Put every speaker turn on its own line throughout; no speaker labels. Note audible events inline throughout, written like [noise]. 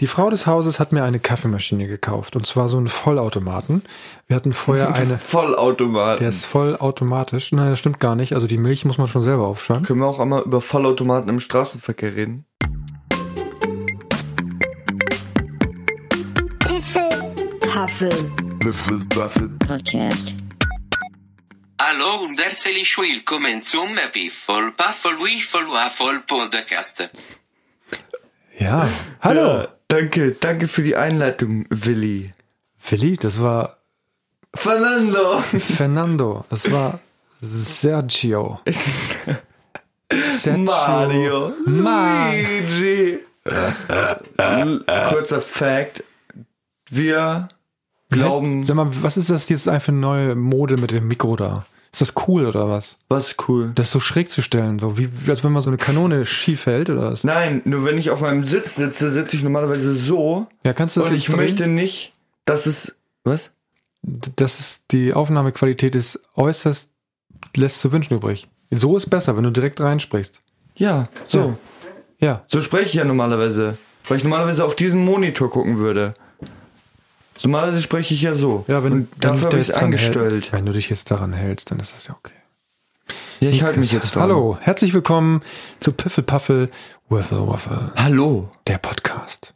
Die Frau des Hauses hat mir eine Kaffeemaschine gekauft und zwar so einen Vollautomaten. Wir hatten
[laughs]
vorher eine.
Vollautomaten.
Der ist vollautomatisch. Nein, das stimmt gar nicht. Also die Milch muss man schon selber aufschäumen.
Können wir auch einmal über Vollautomaten im Straßenverkehr reden?
Huffle Podcast.
Hallo und herzlich willkommen zum Piffel, Puffel, Wiffel, Waffel Podcast.
Ja. Hallo.
Ja, danke, danke für die Einleitung, Willi.
Willi, das war
Fernando!
Fernando. Das war Sergio. Sergio.
Mario!
Mann.
Luigi! Kurzer Fact. Wir glauben,
Sag mal, was ist das jetzt einfach eine neue Mode mit dem Mikro da? Ist das cool oder was?
was cool.
Das so schräg zu stellen, so wie als wenn man so eine Kanone schief hält oder was?
Nein, nur wenn ich auf meinem Sitz sitze, sitze ich normalerweise so.
Ja, kannst du das
Und
jetzt
ich
drehen?
möchte nicht, dass es. Was?
D- das ist, die Aufnahmequalität ist äußerst, lässt zu wünschen übrig. So ist besser, wenn du direkt reinsprichst.
Ja, so.
Ja. Ja.
So spreche ich ja normalerweise. Weil ich normalerweise auf diesen Monitor gucken würde. Normalerweise spreche ich ja so.
Ja, wenn,
Und dafür
du
habe ich es
jetzt dran
angestellt.
Hältst, wenn du dich jetzt daran hältst, dann ist das ja okay.
Ja, ich halte mich jetzt dran.
Hallo, herzlich willkommen zu Piffelpuffel Waffle Waffle,
Hallo.
der Podcast.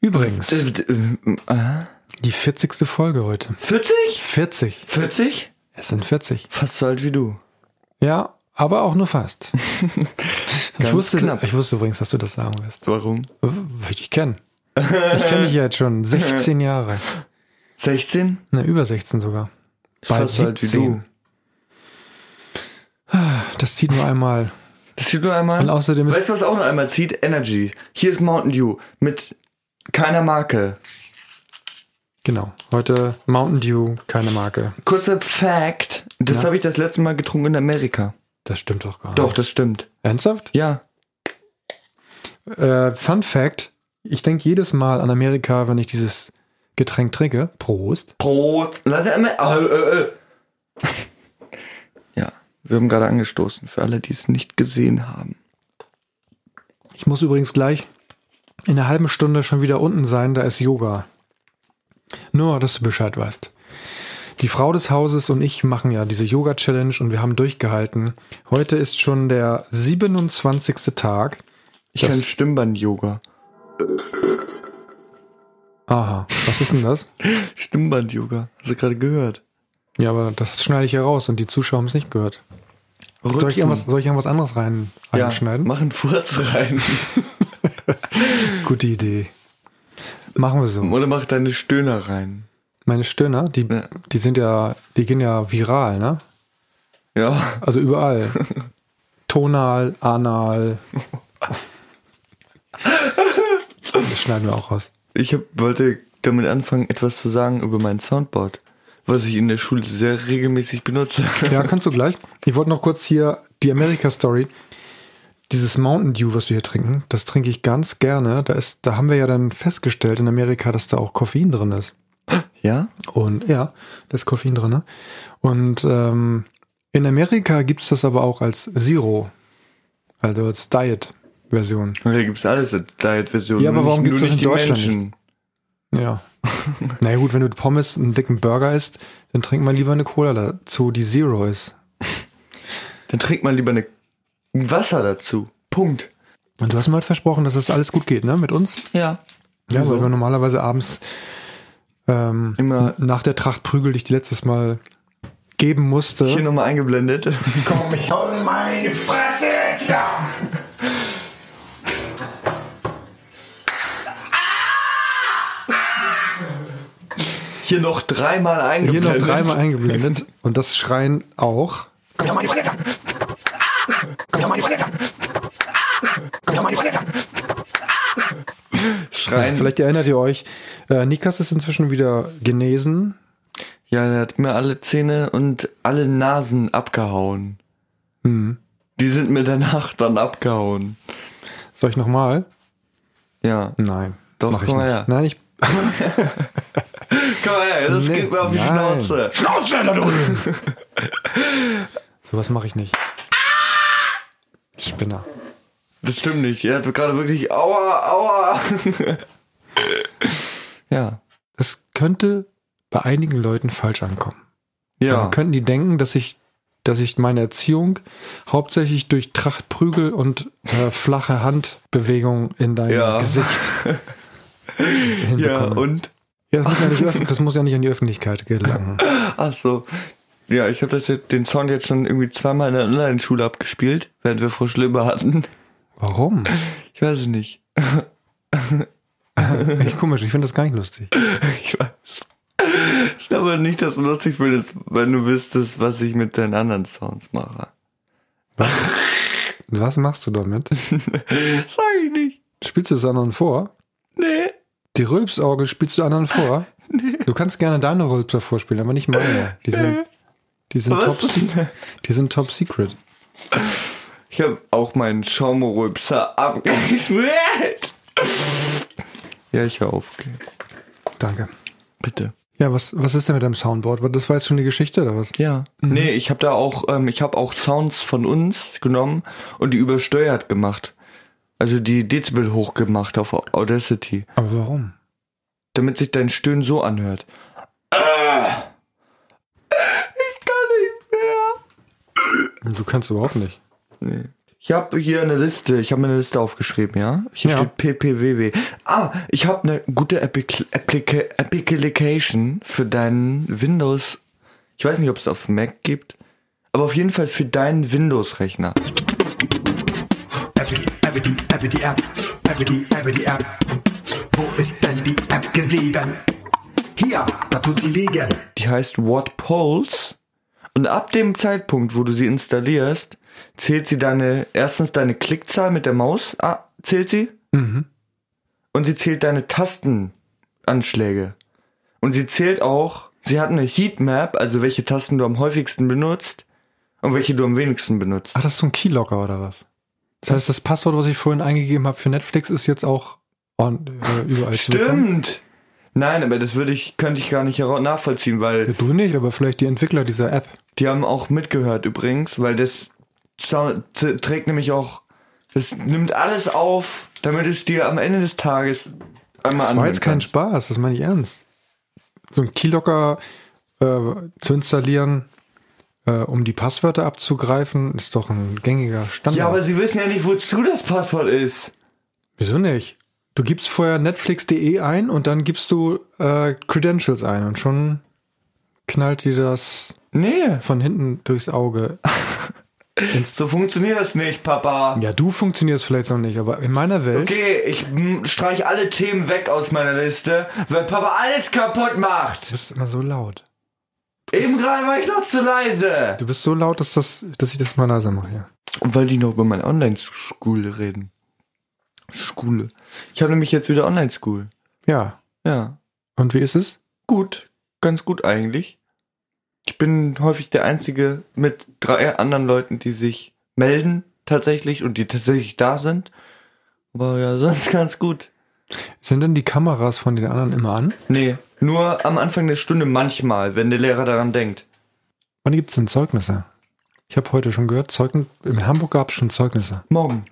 Übrigens,
Äh, äh, aha.
die 40. Folge heute.
40?
40.
40?
Es sind 40.
Fast so alt wie du.
Ja, aber auch nur fast. ich, wusste,
knapp.
ich wusste übrigens, dass du das sagen wirst.
Warum?
Will ich kennen. Ich kenne dich ja jetzt schon
[laughs]
16 Jahre.
16?
Na, über 16 sogar. Bald
Fast so alt wie
17.
du.
Das zieht nur
[laughs]
einmal.
Das sieht nur einmal.
Und außerdem ist-
weißt du, was auch noch einmal zieht? Energy. Hier ist Mountain Dew mit keiner Marke.
Genau. Heute Mountain Dew, keine Marke.
Kurzer Fact. Das habe ich das letzte Mal getrunken in Amerika.
Das stimmt doch gar nicht.
Doch, das stimmt.
Ernsthaft?
Ja.
Äh, Fun Fact: Ich denke jedes Mal an Amerika, wenn ich dieses Getränk trinke. Prost.
Prost. Lass einmal. Äh, äh, äh. ja, wir haben gerade angestoßen. Für alle, die es nicht gesehen haben.
Ich muss übrigens gleich in einer halben Stunde schon wieder unten sein, da ist Yoga. Nur, dass du Bescheid weißt. Die Frau des Hauses und ich machen ja diese Yoga-Challenge und wir haben durchgehalten. Heute ist schon der 27. Tag.
Ich
Das-
kann Stimmband-Yoga.
Aha, was ist denn das?
Stimmband-Yoga. Hast du gerade gehört?
Ja, aber das schneide ich ja raus und die Zuschauer haben es nicht gehört. Soll ich, irgendwas, soll ich irgendwas anderes rein,
ähm, ja,
reinschneiden?
mach einen Furz rein. [laughs]
Gute Idee. Machen wir so.
Oder mach deine Stöhner rein.
Meine Stöhner, die,
Ja.
die sind ja, die gehen ja viral, ne?
Ja.
Also
[laughs]
überall. Tonal, anal. Das schneiden wir auch raus.
Ich hab, wollte damit anfangen, etwas zu sagen über mein Soundboard, was ich in der Schule sehr regelmäßig benutze. [laughs]
Ja, kannst du gleich. Ich wollte noch kurz hier die Amerika-Story. Dieses Mountain Dew, was wir hier trinken, das trinke ich ganz gerne. Da, ist, da haben wir ja dann festgestellt in Amerika, dass da auch Koffein drin ist.
Ja?
Und ja, da ist Koffein drin. Ne? Und ähm, in Amerika gibt's das aber auch als Zero, also als Diet-Version.
Und hier gibt's alles als Diet-Version.
Ja, aber
nur
warum
nicht-
gibt's
nur
das in Deutschland
nicht die Menschen.
Ja. Na ja, gut, wenn du Pommes und einen dicken Burger isst, dann trink mal lieber eine Cola dazu, die Zero ist.
Dann trinkt man lieber eine ein Wasser dazu. Punkt.
Und du hast mir halt versprochen, dass das alles gut geht, ne, mit uns?
Ja.
Ja, weil wir normalerweise abends ähm,
Immer-
nach der Tracht Prügel, die ich letztes Mal geben musste.
Hier nochmal [laughs] eingeblendet.
Komm, ich hau meine Fresse jetzt da!
Hier noch dreimal
Hier
eingeblendet.
noch dreimal eingeblendet und das Schreien auch.
[laughs] Schreien.
Vielleicht erinnert ihr euch, äh, Nikas ist inzwischen wieder genesen.
Ja, der hat mir alle Zähne und alle Nasen abgehauen. Mhm. Die sind mir danach dann abgehauen.
Soll ich nochmal?
Ja.
Nein.
Doch,
mach ich
komm
nicht.
mal her.
Nein, ich.
Komm her, das
Nee,
geht mir auf die
nein.
Schnauze. Schnauze, du! [laughs]
Sowas mache ich nicht. Spinner.
Das stimmt nicht. Er hat gerade wirklich aua, aua. [laughs] ja.
Das könnte bei einigen Leuten falsch ankommen.
Ja.
Dann könnten die denken, dass ich, dass ich meine Erziehung hauptsächlich durch Trachtprügel und äh, flache Handbewegungen in dein
Ja.
Gesicht
[laughs] Ja,
hinbekomme.
und?
Ja, das, muss ja nicht öffn- das muss ja nicht an die Öffentlichkeit gelangen.
Ach so. Ja, ich habe das jetzt, den Song jetzt schon irgendwie zweimal in der Online-Schule abgespielt, während wir frisch Leber hatten.
Warum?
Ich weiß es nicht. [laughs]
Echt komisch, ich finde das gar nicht lustig.
Ich weiß. Ich glaube halt nicht, dass du lustig findest, wenn du wüsstest, was ich mit deinen anderen Sounds mache.
Was machst du damit?
Sag ich nicht.
Spielst du es anderen vor?
Nee.
Die Rülpsorgel spielst du anderen
[laughs]
vor? Du kannst gerne deine Rülpser vorspielen, aber nicht meine. Die sind, die sind, top,
Äh. Was?
se- die sind top secret.
Ich habe auch meinen Schaumrübser abgeschmiert. [laughs] Ja, ich hör auf. Okay.
Danke.
Bitte.
Ja, was, was ist denn mit deinem Soundboard? Das war jetzt schon die Geschichte oder was?
Ja. Nee, ich habe da auch, ähm, ich habe auch Sounds von uns genommen und die übersteuert gemacht. Also die Dezibel hochgemacht auf Audacity,
Aber warum?
damit sich dein Stöhnen so anhört.
Du kannst überhaupt nicht.
Ich habe hier eine Liste, ich habe mir eine Liste aufgeschrieben, ja? Hier
Ja.
steht PPWW. Ah, ich habe eine gute Applic- Applica- Application für deinen Windows. Ich weiß nicht, ob es auf Mac gibt, aber auf jeden Fall für deinen Windows-Rechner.
Appity, appity, appity app. Appity, appity app. Wo ist denn die App geblieben? Hier, da tut sie liegen.
Die heißt What Polls. Und ab dem Zeitpunkt, wo du sie installierst, zählt sie deine, erstens deine Klickzahl mit der Maus, ah, zählt sie. Und sie zählt deine Tastenanschläge. Und sie zählt auch, sie hat eine Heatmap, also welche Tasten du am häufigsten benutzt und welche du am wenigsten benutzt.
Ach, das ist so ein Keylogger oder was? Das heißt, das Passwort, was ich vorhin eingegeben habe für Netflix, ist jetzt auch on, äh, überall zu bekommen?
Stimmt! Nein, aber das würde ich, könnte ich gar nicht hera- nachvollziehen, weil
Ja, du nicht, aber vielleicht die Entwickler dieser App.
Die haben auch mitgehört übrigens, weil das Sound t- trägt nämlich auch, das nimmt alles auf, damit es dir am Ende des Tages einmal
Das war jetzt kein
anhören
Spaß, das meine ich ernst. So ein Keylogger äh, zu installieren, äh, um die Passwörter abzugreifen, ist doch ein gängiger
kannst.
Standard.
Ja, aber sie wissen ja nicht, wozu das Passwort ist.
Wieso nicht? Du gibst vorher netflix.de ein und dann gibst du äh, Credentials ein und schon knallt dir das
Nee,
von hinten durchs Auge.
so funktioniert das nicht, Papa.
Ja, du funktionierst vielleicht noch nicht, aber in meiner Welt.
Okay, ich mm, streich alle Themen weg aus meiner Liste, weil Papa alles kaputt macht.
Du bist immer so laut.
Eben gerade war ich noch zu leise.
Du bist so laut, dass, das, dass ich das mal leiser mache. Ja.
Weil die noch über meine Online-Schule reden. Schule. Ich habe nämlich jetzt wieder Online-School.
ja.
Ja.
Und wie ist es?
gut, ganz gut eigentlich. Ich bin häufig der Einzige mit drei anderen Leuten, die sich melden tatsächlich und die tatsächlich da sind. Aber ja, [laughs] sonst ganz gut.
Sind denn die Kameras von den anderen immer an?
Nee, nur am Anfang der Stunde manchmal, wenn der Lehrer daran denkt.
Wann gibt's denn Zeugnisse? Ich habe heute schon gehört, Zeugn in Hamburg gab's schon Zeugnisse.
Morgen.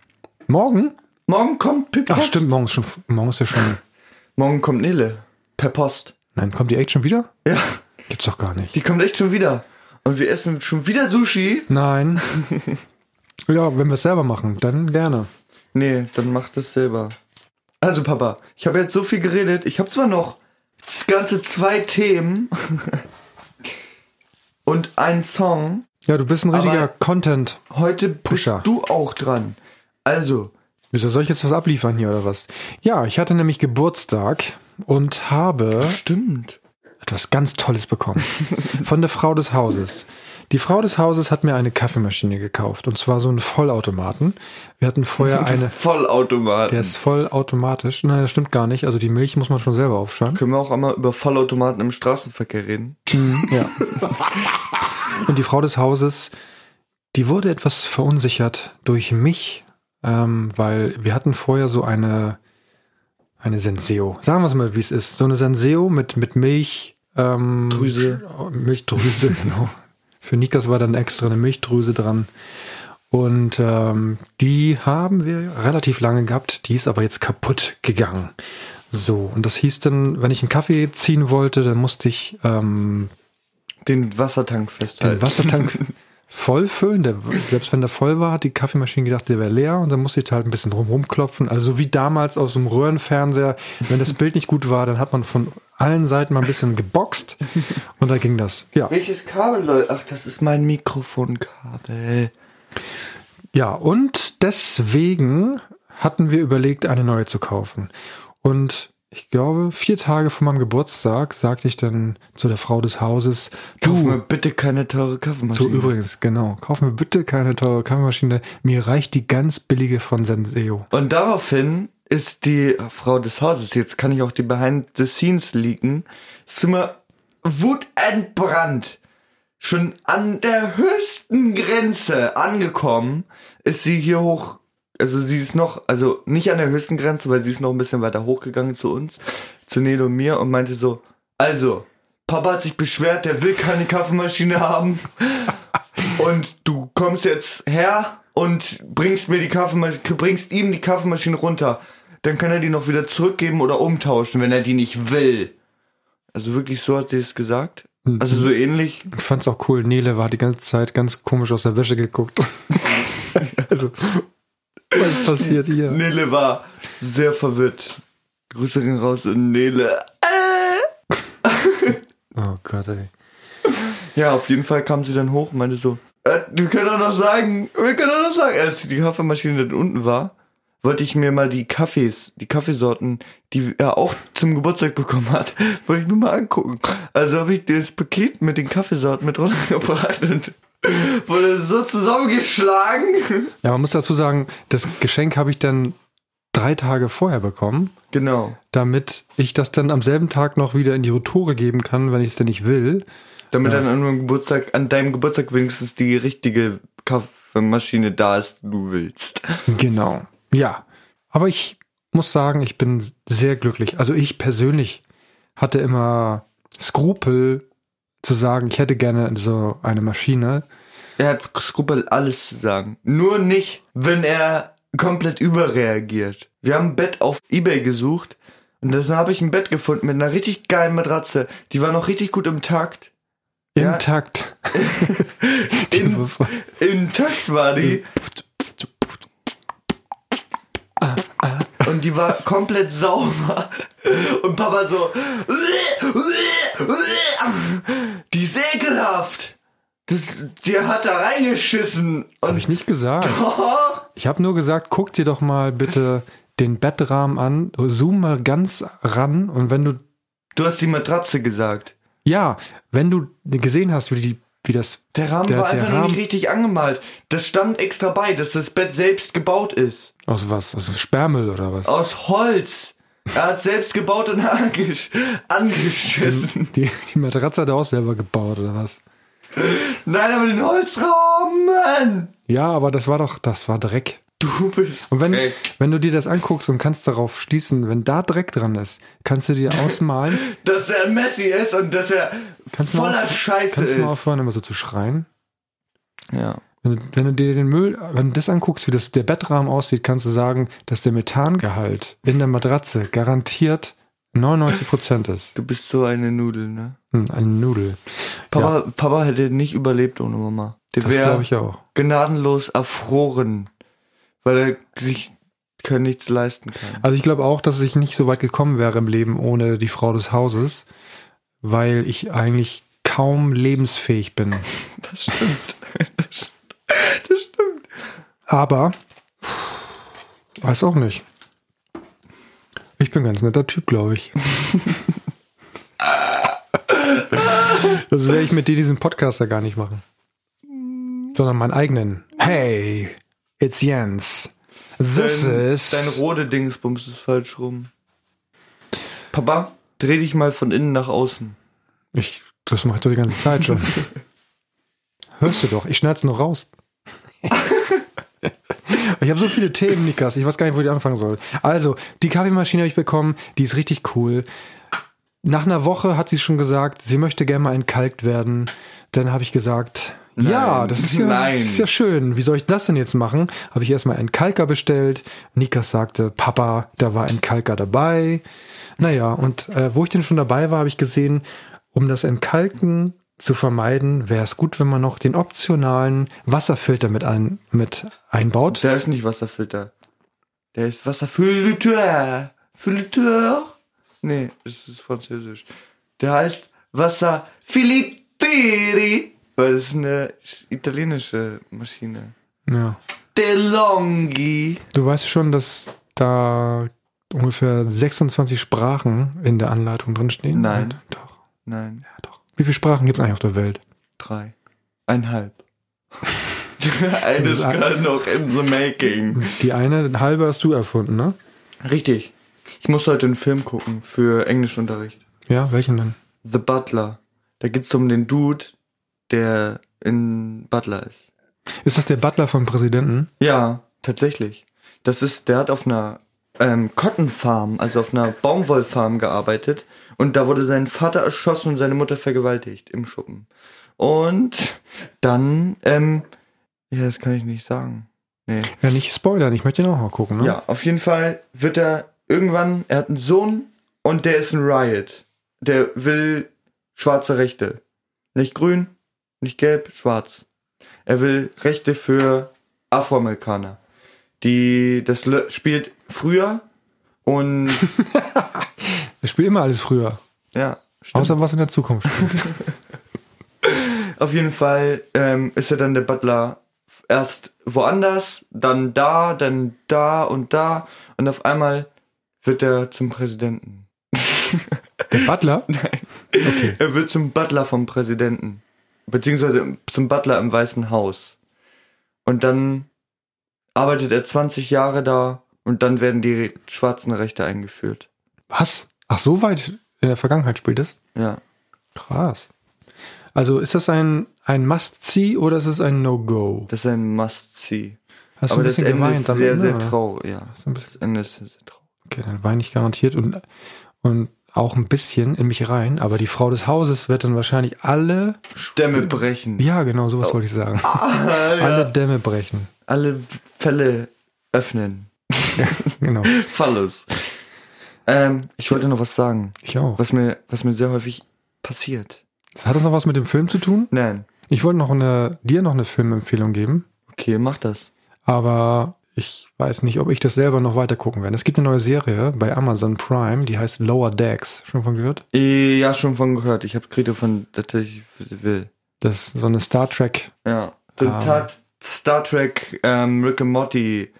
Morgen?
Morgen kommt per Post.
Ach stimmt, morgen ist, schon, morgen ist ja schon...
Morgen kommt Nele. Per Post.
Nein, kommt die echt schon wieder?
Ja,
Gibt's doch gar nicht.
die kommt echt schon wieder. Und wir essen schon wieder Sushi.
Nein. [laughs] ja, wenn wir es selber machen, dann gerne.
Nee, dann mach das selber. Also Papa, ich habe jetzt so viel geredet. Ich habe zwar noch z- ganze zwei Themen [laughs] und einen Song.
Ja, du bist ein richtiger
Aber-
Content.
Heute bist
Pusher.
du auch dran. Also,
Wieso soll ich jetzt was abliefern hier oder was? Ja, ich hatte nämlich Geburtstag und habe
stimmt.
etwas ganz Tolles bekommen. Von der Frau des Hauses. Die Frau des Hauses hat mir eine Kaffeemaschine gekauft. Und zwar so einen Vollautomaten. Wir hatten vorher eine.
Vollautomat.
Der ist vollautomatisch. Nein, das stimmt gar nicht. Also die Milch muss man schon selber aufschlagen.
Können wir auch einmal über Vollautomaten im Straßenverkehr reden?
Ja. Und die Frau des Hauses, die wurde etwas verunsichert durch mich, ähm, weil wir hatten vorher so eine, eine Senseo. Sagen wir es mal, wie es ist. So eine Senseo mit, mit Milch. Ähm, [laughs] Drüse. Milchdrüse, genau. Für Nikas war dann extra eine Milchdrüse dran. Und ähm, die haben wir relativ lange gehabt, die ist aber jetzt kaputt gegangen. So, und das hieß dann, wenn ich einen Kaffee ziehen wollte, dann musste ich ähm,
Den halt. Wassertank festhalten.
den Wassertank voll füllen. Der, selbst wenn der voll war, hat die Kaffeemaschine gedacht, der wäre leer und dann musste ich da halt ein bisschen drum rumklopfen. Also wie damals aus dem Röhrenfernseher, wenn das Bild nicht gut war, dann hat man von allen Seiten mal ein bisschen geboxt und da ging das. Ja,
Welches Kabel, Leute? Ach, das ist mein Mikrofonkabel.
ja und deswegen hatten wir überlegt, eine neue zu kaufen. Und ich glaube, vier Tage vor meinem Geburtstag sagte ich dann zu der Frau des Hauses,
Kauf
du,
mir bitte keine teure
Du
Kaffeemaschine.
übrigens, genau. Kauf mir bitte keine teure Kaffeemaschine. Mir reicht die ganz billige von Senseo.
Und daraufhin ist die Frau des Hauses, jetzt kann ich auch die Behind the Scenes leaken, ist immer wutentbrannt. Schon an der höchsten Grenze angekommen, ist sie hier hoch, also sie ist noch, also nicht an der höchsten Grenze, weil sie ist noch ein bisschen weiter hochgegangen zu uns, zu Nele und mir und meinte so, also, Papa hat sich beschwert, der will keine Kaffeemaschine haben. Und du kommst jetzt her und bringst mir die Kaffeemaschine, bringst ihm die Kaffeemaschine runter. Dann kann er die noch wieder zurückgeben oder umtauschen, wenn er die nicht will. Also wirklich so hat sie es gesagt. Also so ähnlich.
Ich fand's auch cool. Nele war die ganze Zeit ganz komisch aus der Wäsche geguckt. [laughs] also, was passiert hier?
Nele war sehr verwirrt. Grüße gehen raus und Nele. Äh!
Oh Gott, ey.
Ja, auf jeden Fall kam sie dann hoch und meinte so, äh, wir können doch noch sagen, wir können doch noch sagen, als die Kaffeemaschine dann unten war, wollte ich mir mal die Kaffees, die Kaffeesorten, die er auch zum Geburtstag bekommen hat, [laughs] wollte ich mir mal angucken. Also habe ich das Paket mit den Kaffeesorten mit runtergebracht und [laughs] wurde so zusammengeschlagen. [laughs]
Ja, man muss dazu sagen, das Geschenk habe ich dann drei Tage vorher bekommen,
Genau.
damit ich das dann am selben Tag noch wieder in die Rotore geben kann, wenn ich es denn nicht will.
Damit dann an meinem Geburtstag, an deinem Geburtstag wenigstens die richtige Kaffeemaschine da ist, die du willst.
Genau. Ja. Aber ich muss sagen, ich bin sehr glücklich. Also ich persönlich hatte immer Skrupel zu sagen, ich hätte gerne so eine Maschine.
Er hat Skrupel alles zu sagen. Nur nicht, wenn er komplett überreagiert. Wir haben ein Bett auf Ebay gesucht und dann habe ich ein Bett gefunden mit einer richtig geilen Matratze. Die war noch richtig gut im Takt. Ja.
Intakt. [laughs]
In, Im Takt war die. Und die war komplett sauber. Und Papa so. Die ist ekelhaft. Das, der hat da reingeschissen.
Habe
Und [laughs]
ich nicht gesagt.
Och,
Ich habe nur gesagt, guck dir doch mal bitte den Bettrahmen an, zoom mal ganz ran und wenn du,
Du hast die Matratze gesagt.
ja, wenn du gesehen hast, wie, die, wie das
Der Rahmen
Der-
war
der
einfach noch
Rahmen-
nicht richtig angemalt. Das stand extra bei, dass das Bett selbst gebaut ist.
aus was, aus Sperrmüll oder was?
Aus Holz. Er hat selbst gebaut und [laughs] angesch angeschissen.
Die, die Matratze hat er auch selber gebaut oder was?
Nein, aber den Holzrahmen.
Ja, aber das war doch, das war Dreck.
Du bist...
Und wenn,
Dreck.
wenn du dir das anguckst und kannst darauf schließen, wenn da Dreck dran ist, kannst du dir
[laughs]
ausmalen.
Dass er Messi ist und dass er
Kannst du mal
voller
auf-
Scheiße
Kannst du mal
ist.
aufhören, immer so zu schreien?
Ja.
Wenn du, wenn du dir den Müll, wenn du das anguckst, wie das, der Bettrahmen aussieht, kannst du sagen, dass der Methangehalt in der Matratze garantiert 99% ist.
Du bist so eine Nudel, ne?
Hm, eine Nudel.
Papa, Papa hätte nicht überlebt ohne Mama. Der
Das
wär-
glaube ich auch.
gnadenlos erfroren, weil er sich kann nichts leisten kann.
Also ich glaube auch, dass ich nicht so weit gekommen wäre im Leben ohne die Frau des Hauses, weil ich eigentlich kaum lebensfähig bin.
[laughs] Das stimmt.
Aber weiß auch nicht. Ich bin ein ganz netter Typ, glaube
[laughs]
ich. das werde ich mit dir diesen Podcast ja gar nicht machen. Sondern meinen eigenen. Hey, it's Jens. This
Dein,
is.
dein rote Dingsbums ist falsch rum. Papa, dreh dich mal von innen nach außen.
ich, das mache ich doch die ganze Zeit
[laughs]
schon. Hörst du doch, ich schneide es nur raus. Ich habe so viele Themen, Nikas. Ich weiß gar nicht, wo ich anfangen soll. Also, die Kaffeemaschine habe ich bekommen. Die ist richtig cool. Nach einer Woche hat sie schon gesagt, sie möchte gerne mal entkalkt werden. Dann habe ich gesagt, Ja, das ist ja,
Nein.
das ist ja schön. Wie soll ich das denn jetzt machen? Habe ich erstmal einen Kalker bestellt. Nikas sagte, Papa, da war ein Kalker dabei. Naja, und äh, wo ich denn schon dabei war, habe ich gesehen, um das Entkalken zu vermeiden, wäre es gut, wenn man noch den optionalen Wasserfilter mit, ein, mit einbaut.
Der ist nicht Wasserfilter. Der ist Wasserfilter. Filter? Nee, das ist französisch. Der heißt Wasserfilteri. Weil das ist eine italienische Maschine.
Ja.
DeLonghi.
Du weißt schon, dass da ungefähr 26 Sprachen in der Anleitung drinstehen?
Nein.
Und- Doch,
Nein,
ja, doch. Wie viele Sprachen gibt es eigentlich auf der Welt?
drei. Einhalb. [laughs] Eines
Sag-
kann noch in the making.
Die eine halbe hast du erfunden, ne?
Richtig. Ich muss heute einen Film gucken für Englischunterricht.
Ja, welchen denn?
The Butler. Da geht's um den Dude, der in Butler ist.
Ist das der Butler vom Präsidenten?
Ja, tatsächlich. Das ist, der hat auf einer ähm, Cotton Farm, also auf einer Baumwollfarm gearbeitet und da wurde sein Vater erschossen und seine Mutter vergewaltigt im Schuppen. Und dann, ähm, ja, das kann ich nicht sagen. Nee.
Ja, nicht spoilern, ich möchte ihn auch mal gucken, ne?
Ja, auf jeden Fall wird er irgendwann, er hat einen Sohn und der ist ein Riot. Der will schwarze Rechte. Nicht grün, nicht gelb, schwarz. Er will Rechte für Afroamerikaner. Die, das lö- spielt früher und,
Ich spiele immer alles früher.
ja, stimmt.
Außer was in der Zukunft spielt.
Auf jeden Fall ähm, ist er dann der Butler f- erst woanders, dann da, dann da und da und auf einmal wird er zum Präsidenten.
Der Butler?
Er wird zum Butler vom Präsidenten. Beziehungsweise zum Butler im Weißen Haus. Und dann arbeitet er 20 Jahre da und dann werden die re- schwarzen Rechte eingeführt.
Was? Ach, so weit in der Vergangenheit spielt es?
Ja.
Krass. Also ist das ein, ein Must-See oder ist es ein No-Go?
Das ist ein Must-See.
Hast du
Aber
ein
das
bisschen
Ende
geweint?
ist
am
sehr,
Ende,
sehr
oder?
traurig. Ja.
ein bisschen-
Das Ende ist sehr, sehr traurig.
Okay, dann weine ich garantiert und, und auch ein bisschen in mich rein. Aber die Frau des Hauses wird dann wahrscheinlich alle...
Dämme brechen.
Ja, genau, sowas wollte ich
[laughs]
sagen.
Ah,
Alle Dämme brechen.
Alle Fälle öffnen.
Genau,
Falles. Ähm, ich wollte noch was sagen,
ich auch.
was mir, was mir sehr häufig passiert.
Hat das noch was mit dem Film zu tun?
Nein.
Ich wollte noch eine, dir noch eine Filmempfehlung geben,
Okay, mach das.
aber ich weiß nicht, ob ich das selber noch weiter gucken werde. Es gibt eine neue Serie bei Amazon Prime, die heißt Lower Decks. Schon von gehört?
Äh, Ja, schon von gehört. Ich habe Grete von tatsächlich will.
Das ist so eine Star Trek.
Ja. Den
Ah.
Tat- Star Trek ähm, Rick and Morty.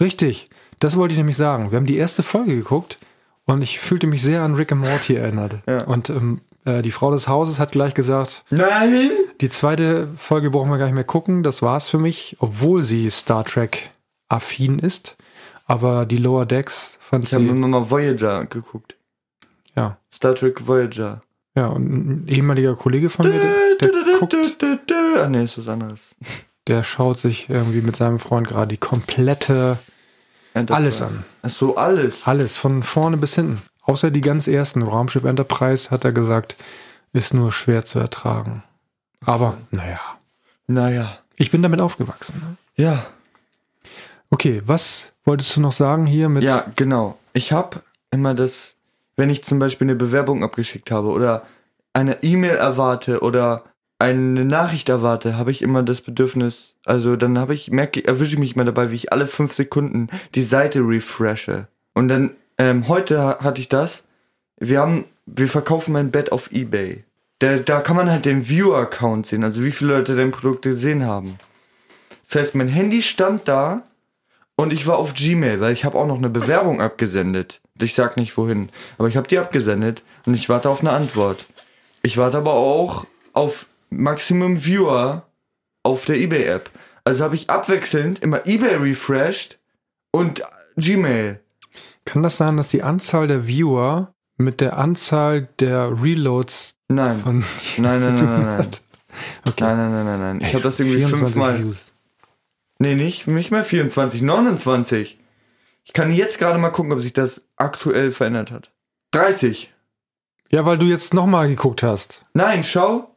Richtig, das wollte ich nämlich sagen. Wir haben die erste Folge geguckt und ich fühlte mich sehr an Rick and Morty erinnert.
Ja.
Und ähm, äh, die Frau des Hauses hat gleich gesagt,
Nein!
die zweite Folge brauchen wir gar nicht mehr gucken. Das war's für mich, obwohl sie Star Trek affin ist. Aber die Lower Decks fand
Ich habe
sie,
immer mal Voyager geguckt.
ja.
Star Trek Voyager.
Ja, und ein ehemaliger Kollege von mir, der, der guckt,
Ah, nee, ist was anderes.
der schaut sich irgendwie mit seinem Freund gerade die komplette,
Enterprise.
Alles an.
Ach so, alles.
alles von vorne bis hinten. Außer die ganz ersten. Raumschiff Enterprise hat er gesagt, ist nur schwer zu ertragen. Aber, naja,
Naja.
ich bin damit aufgewachsen. ne?
Ja.
Okay, was wolltest du noch sagen hier mit.
Ja, genau. Ich habe immer das, wenn ich zum Beispiel eine Bewerbung abgeschickt habe oder eine E-Mail erwarte oder eine Nachricht erwarte, habe ich immer das Bedürfnis, also dann habe ich, merke, erwische ich mich mal dabei, wie ich alle fünf Sekunden die Seite refreshe. Und dann, ähm, heute ha- hatte ich das, wir haben, wir verkaufen mein Bett auf Ebay. Da, da kann man halt den Viewer-Account sehen, also wie viele Leute dein Produkt gesehen haben. Das heißt, mein Handy stand da und ich war auf Gmail, weil ich habe auch noch eine Bewerbung abgesendet. Ich sag nicht wohin, aber ich habe die abgesendet und ich warte auf eine Antwort. Ich warte aber auch auf Maximum Viewer auf der eBay App. Also habe ich abwechselnd immer eBay refreshed und Gmail.
Kann das sein, dass die Anzahl der Viewer mit der Anzahl der Reloads
Nein.
von. [laughs]
Nein, nein, nein, nein, nein.
Okay.
Nein, nein, nein, nein, nein. Ich habe das irgendwie
24
fünfmal.
Views.
Nee, nicht, nicht mehr 24, 29. Ich kann jetzt gerade mal gucken, ob sich das aktuell verändert hat. 30.
Ja, weil du jetzt nochmal geguckt hast.
Nein, schau.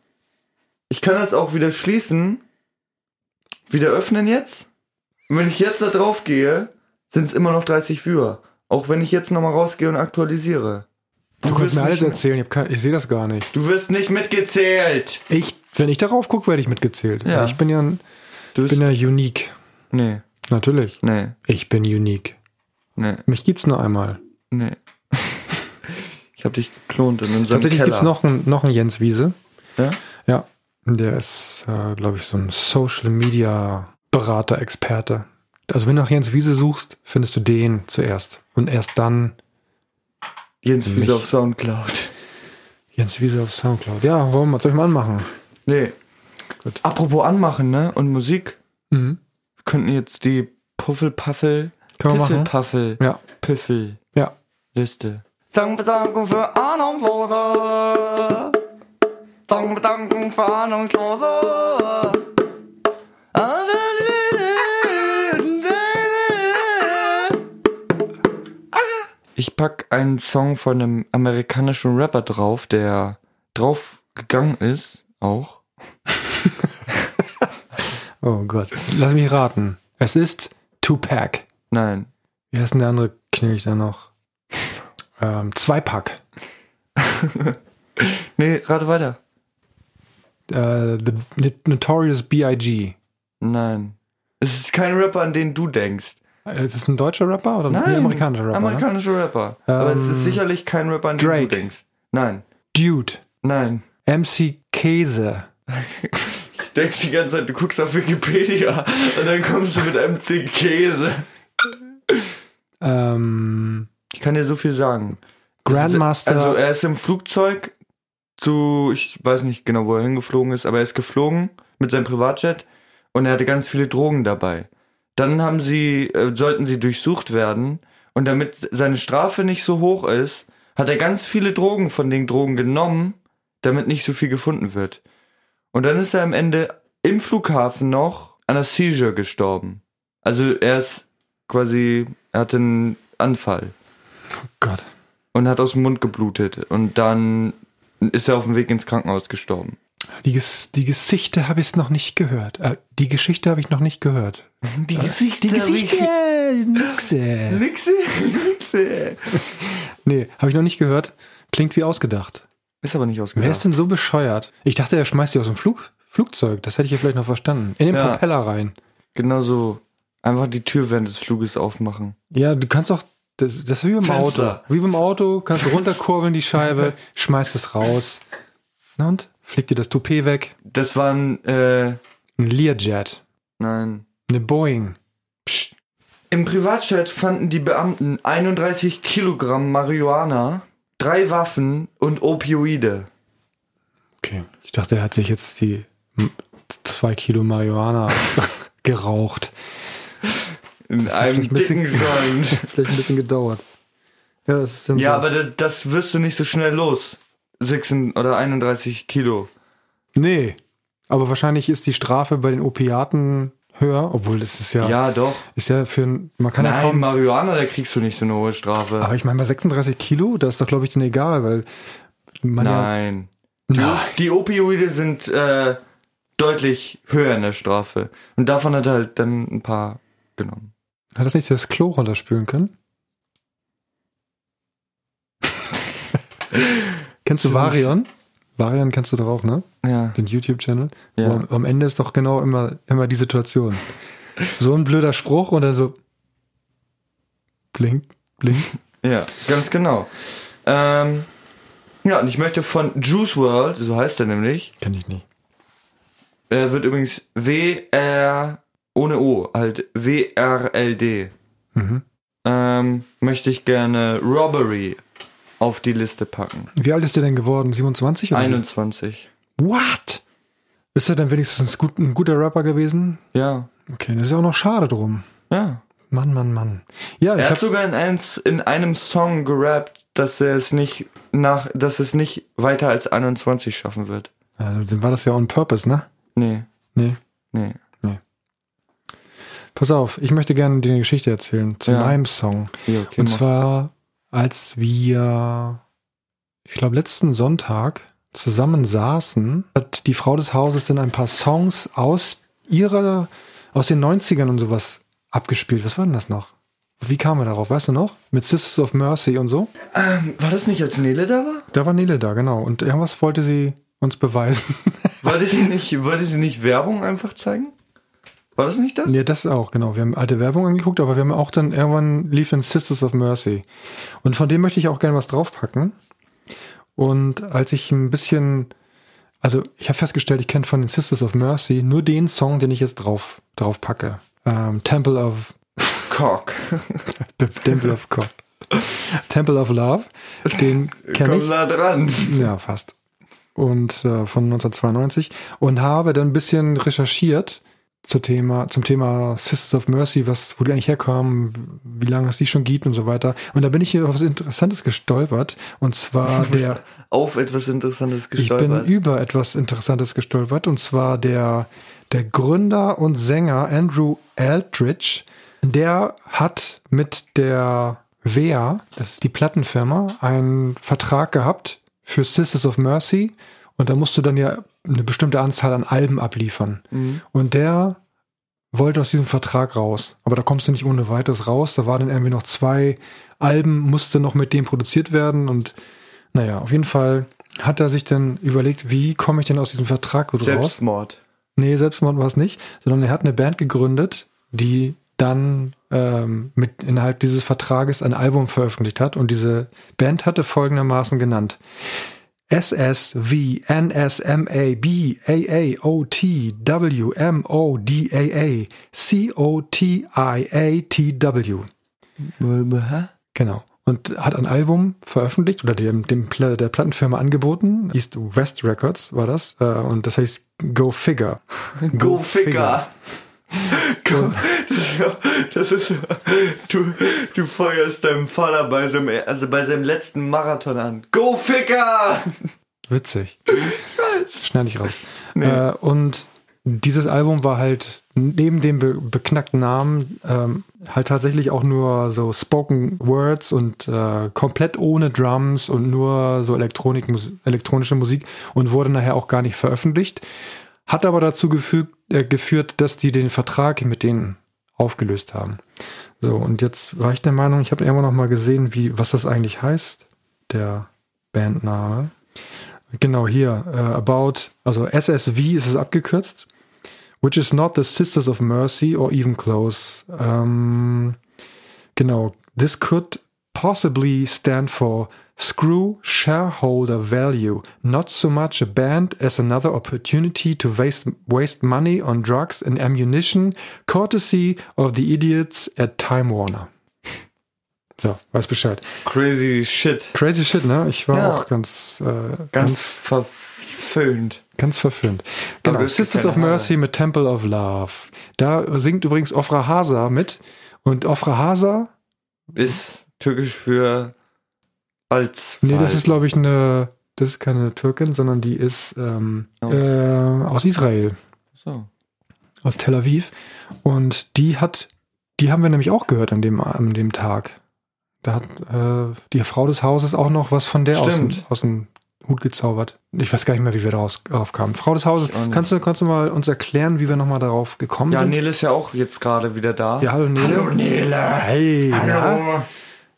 Ich kann das auch wieder schließen, wieder öffnen jetzt. Und wenn ich jetzt da drauf gehe, sind es immer noch 30 Viewer. Auch wenn ich jetzt nochmal rausgehe und aktualisiere.
Du, kannst
wirst
mir alles
nicht-
erzählen, ich, hab kein- ich sehe das gar nicht.
Du wirst nicht mitgezählt.
Ich, wenn ich darauf gucke, werde ich mitgezählt.
Ja.
Ich bin ja, ein-
Du bist,
bin ja unique.
nee,
Natürlich.
nee,
Ich bin unique.
nee,
Mich gibt's nur einmal. [laughs]
nee. ich habe dich geklont in unserem
Tatsächlich
Keller.
gibt's noch einen, noch einen Jens Wiese.
Ja?
Ja. Der ist, äh, glaube ich, so ein Social Media Berater, Experte. Also wenn du nach Jens Wiese suchst, findest du den zuerst. Und erst dann
Jens
Mich.
Füße auf Soundcloud.
Jens Wiese auf Soundcloud. Ja, wollen wir, soll ich mal anmachen?
Nee.
Gut.
Apropos anmachen, ne? Und Musik.
Mhm.
Wir könnten jetzt die Puffelpuffel,
Können wir machen.
Piffelpuffel,
Ja.
Piffel
Ja.
Liste. Dankbedankung für Ahnungslose. Dankbedankung für Ahnungslose. Ich pack einen Song von einem amerikanischen Rapper drauf, der drauf gegangen ist, auch.
Oh Gott. Lass mich raten. Es ist Tupac.
Nein,
Wie heißt denn der andere Knirch da
[laughs]
noch? Ähm, Zweipack.
Nee, rate weiter.
Äh, the N- Notorious B.I.G.
Nein. Es ist kein Rapper, an den du denkst.
Äh, Ist das ein deutscher Rapper oder
Nein.
ein amerikanischer Rapper? ne? Ähm,
Amerikanischer Rapper. Aber es ist sicherlich kein Rapper, an den
Drake.
du denkst. Nein.
Dude.
Nein.
MC Käse.
Ich denk die ganze Zeit, du guckst auf Wikipedia und dann kommst du mit MC Käse.
Ähm,
Ich kann dir so viel sagen. Es
Grandmaster.
Ist, also er ist im Flugzeug zu, ich weiß nicht genau, wo er hingeflogen ist, aber er ist geflogen mit seinem Privatjet und er hatte ganz viele Drogen dabei. Dann haben sie, äh, sollten sie durchsucht werden und damit seine Strafe nicht so hoch ist, hat er ganz viele Drogen von den Drogen genommen, damit nicht so viel gefunden wird. Und dann ist er am Ende im Flughafen noch an der Seizure gestorben. Also er ist quasi, er hatte einen Anfall
Gott.
und hat aus dem Mund geblutet. Und dann ist er auf dem Weg ins Krankenhaus gestorben.
Die, Ges die Geschichte habe ich noch nicht gehört. Äh, die Geschichte habe ich noch nicht gehört. Äh,
Die Gesichter. Die
Nixe.
Nixi, Nixi.
Nee, habe ich noch nicht gehört. Klingt wie ausgedacht.
Ist aber nicht
Wer
ausgegangen.
ist denn so bescheuert? Ich dachte, er schmeißt sie aus dem Flug Flugzeug. Das hätte ich ja vielleicht noch verstanden. In den
Ja.
Propeller rein.
Genau so. Einfach die Tür während des Fluges aufmachen.
Ja, du kannst auch. Das, das ist wie beim
Fenster.
Auto. Wie beim Auto, kannst du runterkurbeln die [laughs] Scheibe, schmeißt es raus. Na und? Fliegt dir das Toupet weg.
Das waren, äh,
Ein Learjet.
nein.
Eine Boeing.
Im Privatchat fanden die Beamten 31 Kilogramm Marihuana, drei Waffen und Opioide.
Okay. Ich dachte, er hat sich jetzt die m, zwei Kilo [laughs] Marihuana geraucht.
In einem
vielleicht ein bisschen- [laughs]
dicken Joint.
Vielleicht ein bisschen gedauert. Ja, das ist dann
ja,
so.
aber das, das wirst du nicht so schnell los. 36 oder 31 Kilo.
nee. Aber wahrscheinlich ist die Strafe bei den Opiaten höher, obwohl das ist ja,
Ja, doch.
ist ja für ein- man kann Ah, ja
Nein,
kaum
Marihuana, da kriegst du nicht so eine hohe Strafe.
Aber ich meine, bei 36 Kilo, da ist doch, glaube ich, dann egal, weil man
Nein.
ja. Nein.
Die Opioide sind äh, deutlich höher in der Strafe. Und davon hat er halt dann ein paar genommen.
Hat das nicht das Klo runterspülen können? kennst du Varion? Varion kennst du doch auch, ne?
Ja.
Den YouTube-Channel.
Ja.
Wo Am, am Ende ist doch genau immer, immer die Situation. So ein blöder Spruch und dann so. Blink, blink.
Ja, ganz genau. Ähm, ja, und ich möchte von Juice World, so heißt er nämlich,
Kenn ich nicht.
äh, wird übrigens W-R ohne O, halt W-R-L-D.
Mhm.
Ähm, möchte ich gerne Robbery auf die Liste packen.
Wie alt ist der denn geworden? 27 oder?
21.
What? Ist er denn wenigstens gut, ein guter Rapper gewesen?
Ja,
Okay, das ist ja auch noch schade drum.
ja.
Mann, Mann, Mann. Ja, ich
Er hat
hab,
sogar in, eins, in einem Song gerappt, dass er es nicht nach, dass es nicht weiter als 21 schaffen wird.
äh, dann war das ja on purpose, ne?
Nee,
Nee.
nee.
Pass auf, ich möchte gerne dir eine Geschichte erzählen zu
Ja.
meinem Song.
Ja, okay,
Und
mach.
zwar, als wir, ich glaube, letzten Sonntag zusammen saßen, hat die Frau des Hauses dann ein paar Songs aus ihrer, aus den 90ern und sowas abgespielt. Was war denn das noch? Wie kamen wir darauf? Weißt du noch? Mit Sisters of Mercy und so?
War das nicht, als Nele da war?
Da war Nele da, genau. Und irgendwas wollte sie uns beweisen. [laughs]
Wollte sie nicht, wollte sie nicht Werbung einfach zeigen? War das nicht das?
Ja, das auch, genau. Wir haben alte Werbung angeguckt, aber wir haben auch dann irgendwann lief in Sisters of Mercy. Und von dem möchte ich auch gerne was draufpacken. Und als ich ein bisschen, also ich habe festgestellt, ich kenne von den Sisters of Mercy nur den Song, den ich jetzt drauf, drauf packe. Ähm, Temple of [laughs]
Cock.
Temple of God. Temple of Love. Den kenne
Komm
ich.
da dran.
Ja, fast. Und äh, von 1992. Und habe dann ein bisschen recherchiert zu Thema, zum Thema Sisters of Mercy, was, wo die eigentlich herkamen, wie lange es die schon gibt und so weiter. Und da bin ich hier auf was Interessantes gestolpert. Und zwar der.
Auf etwas Interessantes
Ich
gestolpert.
bin über etwas Interessantes gestolpert und zwar der, der Gründer und Sänger Andrew Eldridge, der hat mit der WEA, das ist die Plattenfirma, einen Vertrag gehabt für Sisters of Mercy und da musst du dann ja eine bestimmte Anzahl an Alben abliefern. Und der wollte aus diesem Vertrag raus. Aber da kommst du nicht ohne weiteres raus. Da waren dann irgendwie noch zwei Alben, musste noch mit dem produziert werden. Und naja, auf jeden Fall hat er sich dann überlegt, wie komme ich denn aus diesem Vertrag gut raus?
Selbstmord.
Nee, Selbstmord war es nicht, sondern er hat eine Band gegründet, die dann ähm, mit innerhalb dieses Vertrages ein Album veröffentlicht hat. Und diese Band hatte folgendermaßen genannt. SSV NSMAB AAOT WMODAA COTIATW.
Hä?
Genau. Und hat ein Album veröffentlicht oder dem, dem Pla- der Plattenfirma angeboten. East West Records war das. äh, Und das heißt Go Figure.
Go Ficker. Go- Das ist, ja- das ist du, du feuerst deinem Vater bei seinem, also bei seinem letzten Marathon an. Go Ficker!
Witzig. Schneide ich raus. Äh, und dieses Album war halt neben dem be beknackten Namen ähm, halt tatsächlich auch nur so Spoken Words und äh, komplett ohne Drums und nur so Elektronik, Mus elektronische Musik und wurde nachher auch gar nicht veröffentlicht. Hat aber dazu gefügt, äh, geführt, dass die den Vertrag mit denen aufgelöst haben. So, und jetzt war ich der Meinung, ich habe irgendwann noch mal gesehen, wie, was das eigentlich heißt, der Bandname. Genau hier, äh, about, also SSV ist es abgekürzt, which is not the Sisters of Mercy or even close. Ähm, genau, this could possibly stand for Screw Shareholder Value, not so much a band as another opportunity to waste, waste money on drugs and ammunition, courtesy of the idiots at Time Warner. So, weiß Bescheid.
Crazy shit.
Crazy shit, ne? Ich war
Ja.
auch ganz, äh,
Ganz verföhnt.
Ganz verfilmt. Genau,
das ist
Sisters
keine
of Mercy mit Temple of Love. Da singt übrigens Ofra Hasa mit. Und Ofra Hasa,
Ist türkisch für als.
nee, das ist glaube ich eine, das ist keine Türkin, sondern die ist ähm, äh, aus Israel,
So.
aus Tel Aviv. Und die hat, die haben wir nämlich auch gehört an dem, an dem Tag. Da hat äh, die Frau des Hauses auch noch was von der aus dem,
Stimmt.
aus dem Hut gezaubert. Ich weiß gar nicht mehr, wie wir daraus darauf kamen. Frau des Hauses,
Ich auch nicht.
kannst du, kannst du mal uns erklären, wie wir nochmal darauf gekommen
Ja,
sind?
Nele ist ja auch jetzt gerade wieder da.
Ja, hallo Nele.
Hallo Nele.
Hey, na?
Hallo.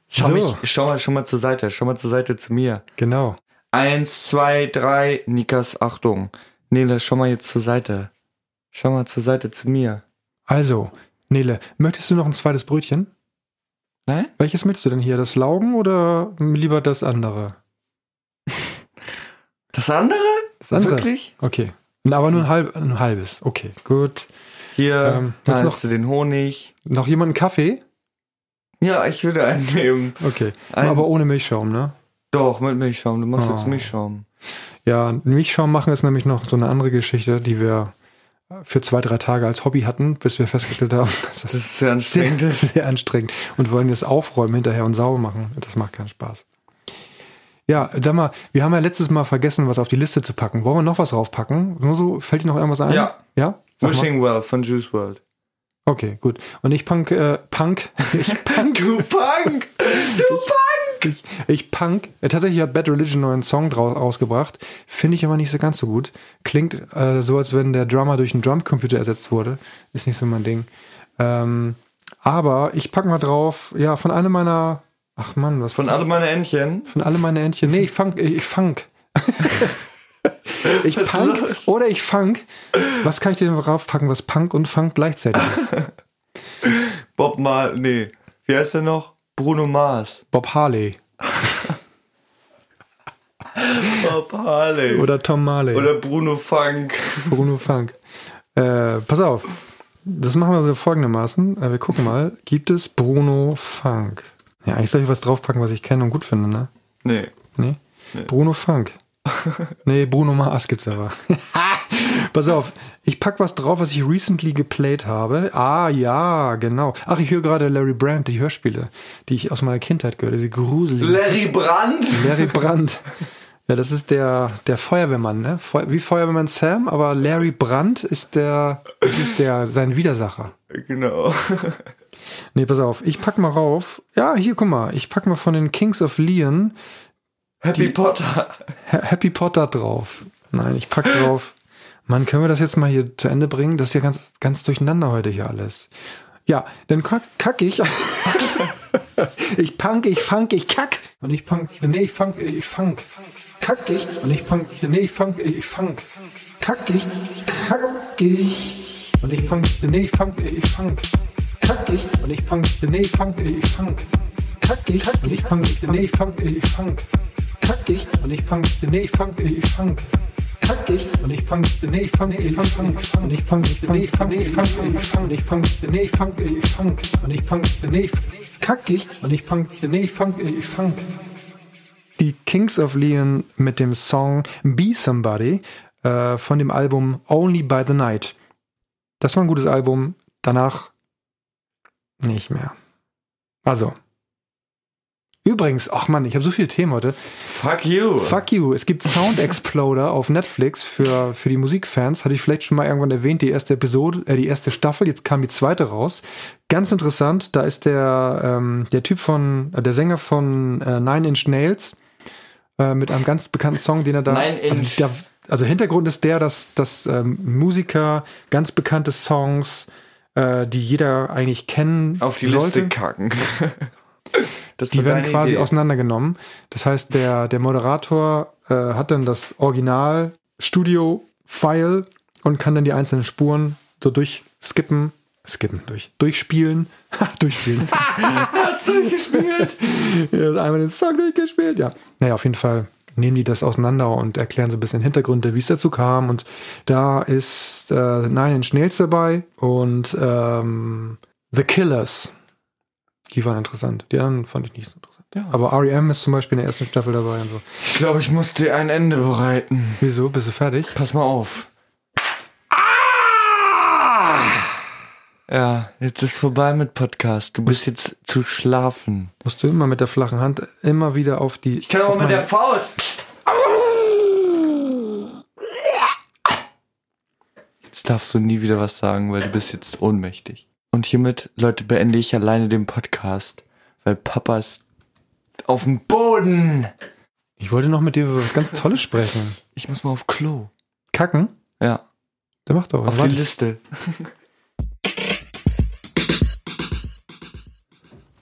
Schau,
So.
mich, schau mal, schau mal zur Seite, schau mal zur Seite zu mir.
Genau.
Eins, zwei, drei, Nikas, Achtung. Nele, schau mal jetzt zur Seite. Schau mal zur Seite zu mir.
Also, Nele, möchtest du noch ein zweites Brötchen?
Nein?
Welches möchtest du denn hier? Das Laugen oder lieber das andere?
Das andere?
Das andere.
Wirklich?
Okay. Na, Aber nur ein, halb, ein halbes. Okay, gut.
Hier,
Ähm,
da
willst
hast
du
du den Honig.
Noch jemand einen Kaffee?
Ja, ich würde einen nehmen.
Okay.
Ein-
Aber ohne Milchschaum, ne?
Doch, mit Milchschaum. Du machst jetzt
Oh.
Milchschaum.
Ja, Milchschaum machen ist nämlich noch so eine andere Geschichte, die wir für zwei, drei Tage als Hobby hatten, bis wir festgestellt haben, [laughs] dass das
Das ist sehr
sehr, [laughs]
anstrengend.
sehr anstrengend und wollen das aufräumen hinterher und sauber machen. Das macht keinen Spaß. Ja, sag mal, wir haben ja letztes Mal vergessen, was auf die Liste zu packen. Wollen wir noch was draufpacken? Nur so, fällt dir noch irgendwas ein?
Ja.
Ja? Sag mal.
Wishing Well von Juice World.
Okay, gut. Und ich punk, äh, punk, ich punk,
Du Punk! Du Punk!
[laughs] ich, ich punk. Äh, tatsächlich hat Bad Religion einen neuen Song draus rausgebracht. Finde ich aber nicht so ganz so gut. Klingt äh, so, als wenn der Drummer durch einen Drumcomputer ersetzt wurde. Ist nicht so mein Ding. Ähm, aber ich pack mal drauf, ja, von einem meiner. Ach Mann, was
Von alle meine Entchen.
von alle meine Entchen. Nee, ich funk, ich ich funk. ich punk oder ich funk. Was kann ich denn draufpacken, was Punk und Funk gleichzeitig ist?
Bob Mal, nee. Wie heißt der noch?
[laughs]
Bruno Mars.
Bob Harley
Bob Harley. Oder,
oder Tom Marley
Bruno Funk.
Bruno Funk. Äh, pass auf. Das machen wir so folgendermaßen. Äh, wir gucken mal. Gibt es Bruno Funk? Ja, ich soll hier was draufpacken, was ich kenne und gut finde, ne?
Nee.
Nee? Bruno Funk. [laughs] nee, Bruno Mars gibt's [laughs] aber. Pass auf, ich pack was drauf, was ich recently geplayt habe. Ah ja, genau. Ach, ich höre gerade Larry Brandt, die Hörspiele, die ich aus meiner Kindheit gehört, diese gruseligen.
Larry
[laughs]
Brandt.
Larry Brandt. Ja, das ist der, der Feuerwehrmann, ne? Feu wie Feuerwehrmann Sam, aber Larry Brandt ist der, das ist der, sein Widersacher.
Genau. [laughs]
Nee, pass auf, ich pack mal rauf. Ja, hier, guck mal, ich pack mal von den Kings of Leon
Happy Potter.
Ha- Happy Potter drauf. Nein, ich pack drauf. Mann, können wir das jetzt mal hier zu Ende bringen? Das ist ja ganz, ganz durcheinander heute hier alles. Ja, dann kack, kack ich. ich punk, ich funk, ich kack. Und ich punk, nee, ich funk, ich funk. Kack ich. Und ich punk, nee, ich funk, ich funk. Kack ich, kack ich. Und ich punk, nee, ich funk, ich funk. Kack ich. Und ich punk, nee, ich funk, ich funk. Kack ich. Und ich punk, nee, ich funk, ich funk. Kack ich. Und ich punk, nee, ich funk, ich funk. Kack ich und ich fang, nee, ich fang, ich fang, fang, fang, und ich fang, nee, ich fang, nee, ich fang, ich fang, ich fang, nee, ich fang, ich fang, und ich fang, nee, ich kack ich und ich fang, nee, ich fang, ich fang. Die Kings of Leon mit dem Song Be Somebody äh, von dem Album Only by the Night. Das war ein gutes Album, danach nicht mehr. Also. Übrigens, ach Mann, ich habe so viel Themen heute.
Fuck you.
Fuck you. Es gibt
[laughs]
Sound Exploder auf Netflix für, für die Musikfans. Hatte ich vielleicht schon mal irgendwann erwähnt, die erste Episode, äh, die erste Staffel. Jetzt kam die zweite raus. Ganz interessant. Da ist der, ähm, der Typ von, äh, der Sänger von äh, Nine Inch Nails äh, mit einem ganz bekannten Song, den er da.
Nine
also,
Inch.
da, also Hintergrund ist der, dass, dass ähm, Musiker ganz bekannte Songs, äh, die jeder eigentlich kennen
Auf die
sollte,
Liste kacken. [laughs] Das
die
war
werden
deine
quasi
Idee.
auseinandergenommen. Das heißt, der, der Moderator äh, hat dann das Original Studio File und kann dann die einzelnen Spuren so durchskippen, skippen, durch, durchspielen, [laughs] Ha, durchspielen.
[laughs] Hast du gespielt?
Ja, einmal den Song durchgespielt, ja. Naja, auf jeden Fall nehmen die das auseinander und erklären so ein bisschen Hintergründe, wie es dazu kam. Und da ist äh, Nine Inch Nails dabei und ähm, The Killers. Die waren interessant. Die anderen fand ich nicht so interessant. Aber R.E.M. ist zum Beispiel in der ersten Staffel dabei und so.
Ich glaube, ich muss dir ein Ende bereiten.
Wieso? Bist du fertig?
Pass mal auf. Ah! Ja, jetzt ist vorbei mit Podcast. Du bist jetzt zu schlafen.
Musst du immer mit der flachen Hand immer wieder auf die. Ich
Faust. Jetzt darfst du nie wieder was sagen, weil du bist jetzt ohnmächtig. Und hiermit, Leute, beende ich alleine den Podcast, weil Papa ist auf dem Boden.
Ich wollte noch mit dir über was ganz Tolles sprechen.
Ich muss mal auf Klo.
Kacken?
Ja,
Der macht doch.
auf
Warte.
die Liste.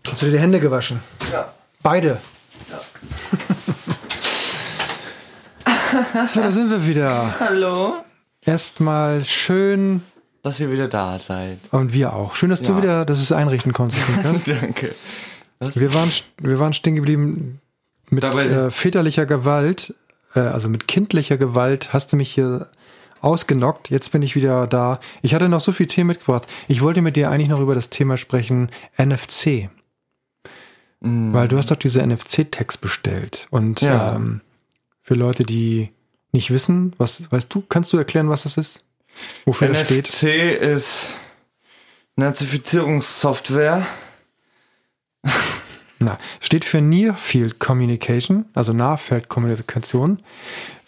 Hast du dir die Hände gewaschen?
Ja.
Beide. [laughs] so, da sind wir wieder.
Hallo?
Erstmal schön
Dass ihr wieder da seid.
und wir auch. Schön, dass du
Ja.
wieder, dass du es einrichten konntest. Lukas.
[laughs] Danke.
wir waren, st- wir waren stehen geblieben mit
Dabei-
äh, väterlicher Gewalt, äh, also mit kindlicher Gewalt. Hast du mich hier ausgenockt? Jetzt bin ich wieder da. Ich hatte noch so viel Themen mitgebracht. Ich wollte mit dir eigentlich noch über das Thema sprechen NFC. Weil du hast doch diese NFC-Tags bestellt. Und
Mhm. Ja.
ähm, für Leute, die nicht wissen, was weißt du, kannst du erklären, was das ist? Wofür das steht?
NFC ist Nazifizierungssoftware.
Na, steht für Near Field Communication, also Nahfeldkommunikation.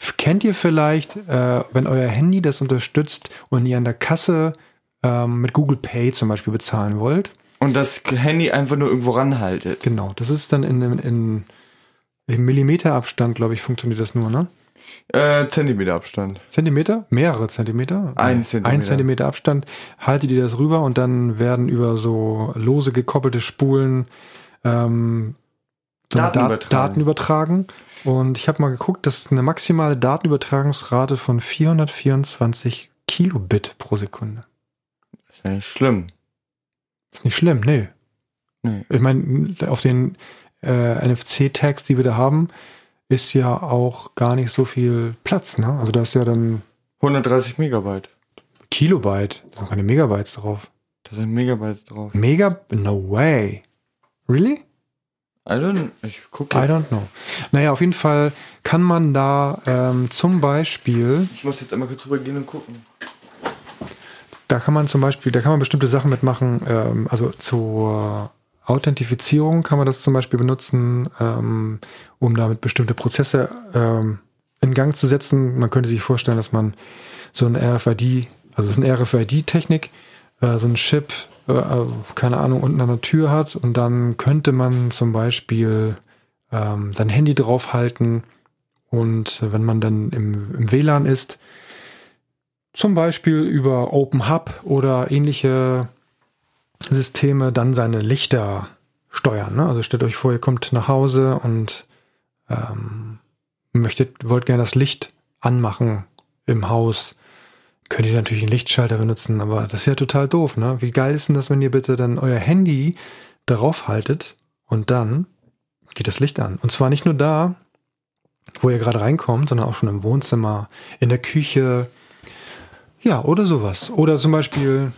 F- Kennt ihr vielleicht, äh, wenn euer Handy das unterstützt und ihr an der Kasse ähm, mit Google Pay zum Beispiel bezahlen wollt?
Und das Handy einfach nur irgendwo ranhaltet.
Genau, das ist dann in, in, in Im Millimeterabstand, glaube ich, funktioniert das nur, ne?
Äh, Zentimeter Abstand.
Zentimeter? Mehrere Zentimeter?
Ein
Nee,
Zentimeter.
Ein Zentimeter Abstand. Haltet ihr das rüber und dann werden über so lose gekoppelte Spulen ähm, so eine
Daten
Dat-
übertragen.
Daten übertragen. Und ich habe mal geguckt, das ist eine maximale Datenübertragungsrate von 424 Kilobit pro Sekunde.
Ist ja nicht schlimm.
Ist nicht schlimm, nee.
Nee.
Ich meine, auf den äh, NFC-Tags, die wir da haben, ist ja auch gar nicht so viel Platz, ne? Also da ist ja dann
130 Megabyte.
Kilobyte, da sind keine Megabytes drauf.
Da sind Megabytes drauf.
Mega? No way. Really?
I don't, ich gucke
I don't know. Naja, auf jeden Fall kann man da ähm, zum Beispiel,
Ich muss jetzt einmal kurz rübergehen und gucken.
da kann man zum Beispiel, da kann man bestimmte Sachen mitmachen, ähm, also zur Authentifizierung kann man das zum Beispiel benutzen, ähm, um damit bestimmte Prozesse ähm, in Gang zu setzen. Man könnte sich vorstellen, dass man so ein RFID, also es ist eine RFID-Technik, äh, so ein Chip, äh, äh, keine Ahnung, unten an der Tür hat und dann könnte man zum Beispiel ähm, sein Handy draufhalten und äh, wenn man dann im, im WLAN ist, zum Beispiel über Open Hub oder ähnliche Systeme dann seine Lichter steuern. Ne? Also stellt euch vor, ihr kommt nach Hause und ähm, möchtet, wollt gerne das Licht anmachen im Haus. Könnt ihr natürlich einen Lichtschalter benutzen, aber das ist ja total doof. Ne? Wie geil ist denn das, wenn ihr bitte dann euer Handy darauf haltet und dann geht das Licht an. Und zwar nicht nur da, wo ihr gerade reinkommt, sondern auch schon im Wohnzimmer, in der Küche, ja, oder sowas. Oder zum Beispiel,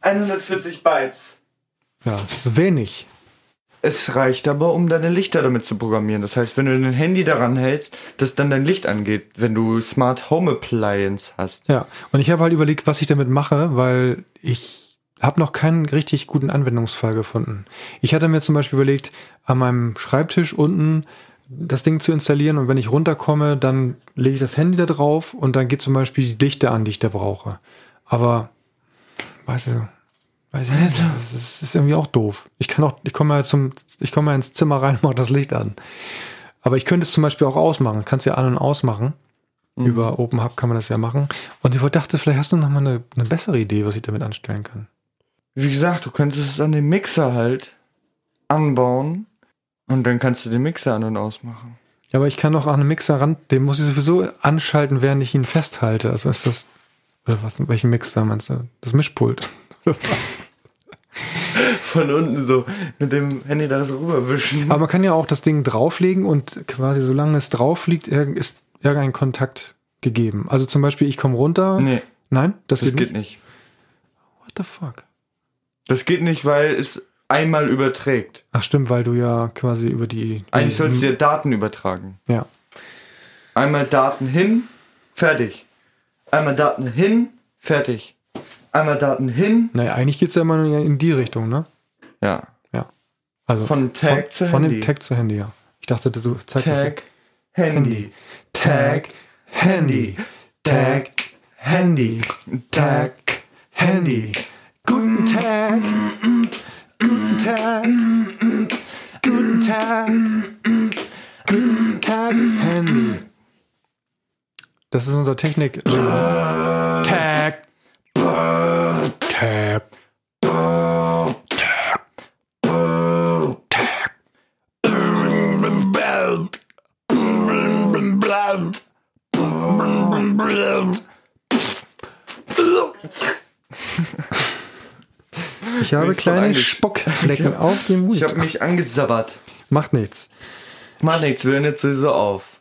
140 Bytes.
ja, ist wenig.
Es reicht aber, um deine Lichter damit zu programmieren. Das heißt, wenn du dein Handy daran hältst, dass dann dein Licht angeht, wenn du Smart Home Appliance hast.
Ja, und ich habe halt überlegt, was ich damit mache, weil ich habe noch keinen richtig guten Anwendungsfall gefunden. Ich hatte mir zum Beispiel überlegt, an meinem Schreibtisch unten das Ding zu installieren und wenn ich runterkomme, dann lege ich das Handy da drauf und dann geht zum Beispiel die Dichte an, die ich da brauche. Aber, weißt du, weiß ich nicht, das ist irgendwie auch doof. Ich kann auch, ich komme ja zum, ich komme ja ins Zimmer rein und mache das Licht an. Aber ich könnte es zum Beispiel auch ausmachen, kannst ja an und ausmachen.
Mhm.
Über Open Hub kann man das ja machen. Und ich dachte, vielleicht hast du noch mal eine, eine bessere Idee, was ich damit anstellen kann.
Wie gesagt, du kannst es an den Mixer halt anbauen und dann kannst du den Mixer an und ausmachen.
Ja, aber ich kann doch an einen Mixer ran, den muss ich sowieso anschalten, während ich ihn festhalte. Also ist das, oder was, welchen Mixer meinst du? Das Mischpult. Oder was?
Von unten so mit dem Handy da so rüberwischen.
aber man kann ja auch das Ding drauflegen und quasi solange es drauf liegt, irg- ist irgendein Kontakt gegeben. Also zum Beispiel, ich komme runter.
Nee,
Nein, das,
das
geht,
geht
nicht.
nicht.
What the fuck?
Das geht nicht, weil es einmal überträgt.
Ach stimmt, weil du ja quasi über die.
Eigentlich sollst du
Ähm,
dir Daten übertragen.
Ja.
Einmal Daten hin, fertig. Einmal Daten hin, fertig. Einmal Daten hin.
Naja, eigentlich geht's ja immer in die Richtung, ne?
Ja.
Ja. Also
Von Tag
von,
zu
von
Handy.
dem Tag zu Handy, ja. Ich dachte, du zeigst
Tag, Handy. Tag, Handy. Tag,
Handy.
Tag, Handy.
Guten Tag. Guten Tag. Guten Tag. Guten Tag, Handy. Das ist unser Technik. also Tag. Tag. Ich habe
bin voll
kleine
eingesch-
Spockflecken auf dem
Ich
Mund.
habe mich angesabbert.
Macht nichts.
Mann, nichts, wir hören jetzt sowieso auf.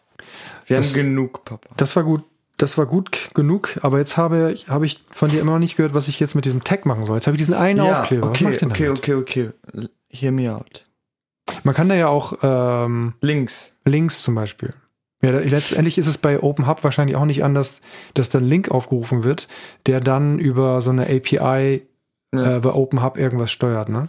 Wir haben genug, Papa.
Das war gut. Das war gut k- genug, aber jetzt habe, ich- habe ich von dir immer noch nicht gehört, was ich jetzt mit diesem Tag machen soll. Jetzt habe ich diesen einen Aufkleber. was mach
okay,
ich denn
okay,
damit?
okay, okay. L- Hear me out.
Man kann da ja auch ähm,
Links.
Links zum Beispiel. Ja, da- letztendlich ist es bei Open Hub wahrscheinlich auch nicht anders, dass dann ein Link aufgerufen wird, der dann über so eine API äh, bei Open Hub irgendwas steuert, ne?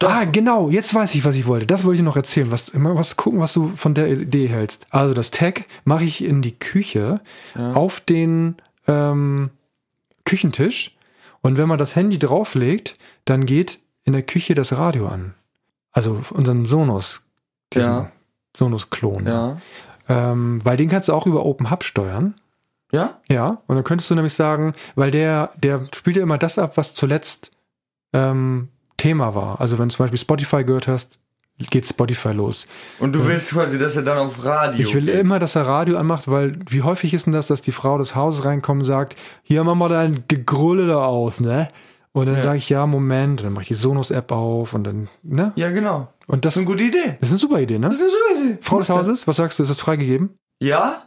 Ah, genau, jetzt weiß ich, was ich wollte. Das wollte ich noch erzählen. Was, mal was gucken, was du von der Idee hältst. Also das Tag mache ich in die Küche auf den ähm, Küchentisch. Und wenn man das Handy drauflegt, dann geht in der Küche das Radio an. Also auf unseren Sonos. diesen
Ja.
Sonos-Klon.
Ja.
Ähm, weil den kannst du auch über Open Hub steuern.
Ja?
Ja, und dann könntest du nämlich sagen, weil der, der spielt ja immer das ab, was zuletzt ähm, Thema war. Also wenn du zum Beispiel Spotify gehört hast, geht Spotify los.
Und du willst quasi, dass er dann auf Radio.
Ich will
geht.
immer, dass er Radio anmacht, weil wie häufig ist denn das, dass die Frau des Hauses reinkommt und sagt, hier mach mal dein Gegrulle da aus, ne? Und dann sage ich, ja, Moment, und dann mache ich die Sonos-App auf und dann, ne?
Ja, genau.
Und das,
Das ist eine gute Idee.
das ist eine super Idee, ne?
Das ist eine super Idee.
Frau des Hauses, was sagst du, ist das freigegeben?
Ja?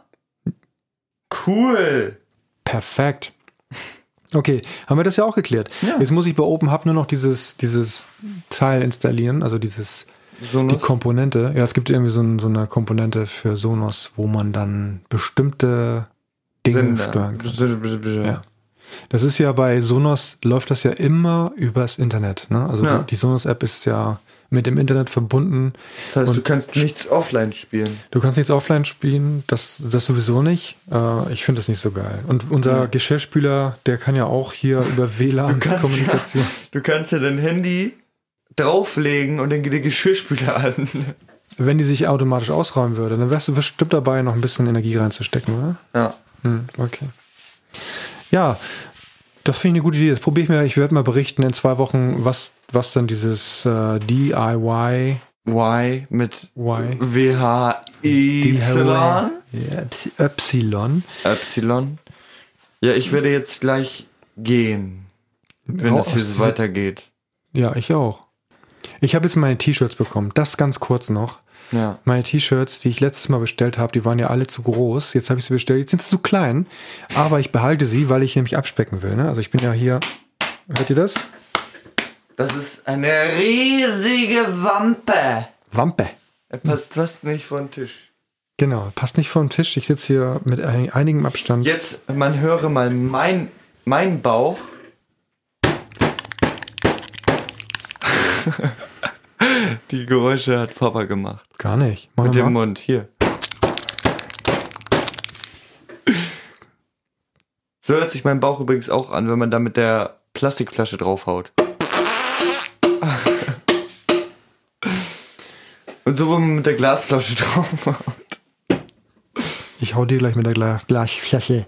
Cool.
Perfekt. Okay, haben wir das ja auch geklärt.
Ja.
Jetzt muss ich bei Open Hub nur noch dieses, dieses Teil installieren, also dieses die
Sonos.
Komponente. Ja, es gibt irgendwie so, ein, so eine Komponente für Sonos, wo man dann bestimmte Dinge steuern kann.
Ja.
Ja. Das ist ja bei Sonos, läuft das ja immer übers Internet. Ne? Also
Ja.
die- die Sonos-App ist ja mit dem Internet verbunden.
Das heißt, du kannst nichts offline spielen.
Du kannst nichts offline spielen, das, das sowieso nicht. Äh, ich finde das nicht so geil. Und unser Geschirrspüler, der kann ja auch hier über WLAN Kommunikation.
Ja, du kannst ja dein Handy drauflegen und dann geht der Geschirrspüler [laughs] an.
Wenn die sich automatisch ausräumen würde, dann wärst du bestimmt dabei, noch ein bisschen Energie reinzustecken, oder?
Ja.
Hm, okay. Ja, das finde ich eine gute Idee. Das probiere ich mir. Ich werde mal berichten in zwei Wochen, was, was dann dieses äh, DIY.
Y mit
Y.
W H I Y
Ja, Epsi- Epsilon.
Epsilon. Ja, ich werde jetzt gleich gehen, wenn
Raus aus
es hier so
dieser-
weitergeht.
Ja, ich auch. Ich habe jetzt meine T-Shirts bekommen. Das ganz kurz noch.
Ja.
Meine T-Shirts, die ich letztes Mal bestellt habe, die waren ja alle zu groß. Jetzt habe ich sie bestellt. Jetzt sind sie zu klein. Aber ich behalte sie, weil ich nämlich abspecken will. Ne? Also ich bin ja hier. Hört ihr das?
Das ist eine riesige Wampe.
Wampe.
Er passt fast nicht vor den Tisch.
Genau. Passt nicht vom Tisch. Ich sitze hier mit ein- einigem Abstand.
Jetzt, man höre mal mein, mein Bauch. [laughs] Die Geräusche hat Papa gemacht.
Gar nicht. Mach
Mit
noch
dem
mal.
Mund, hier. So hört sich mein Bauch übrigens auch an, wenn man da mit der Plastikflasche draufhaut. [laughs] Und so, wenn man mit der Glasflasche [laughs] draufhaut.
Ich hau dir gleich mit der Glas
[laughs]
Glasflasche.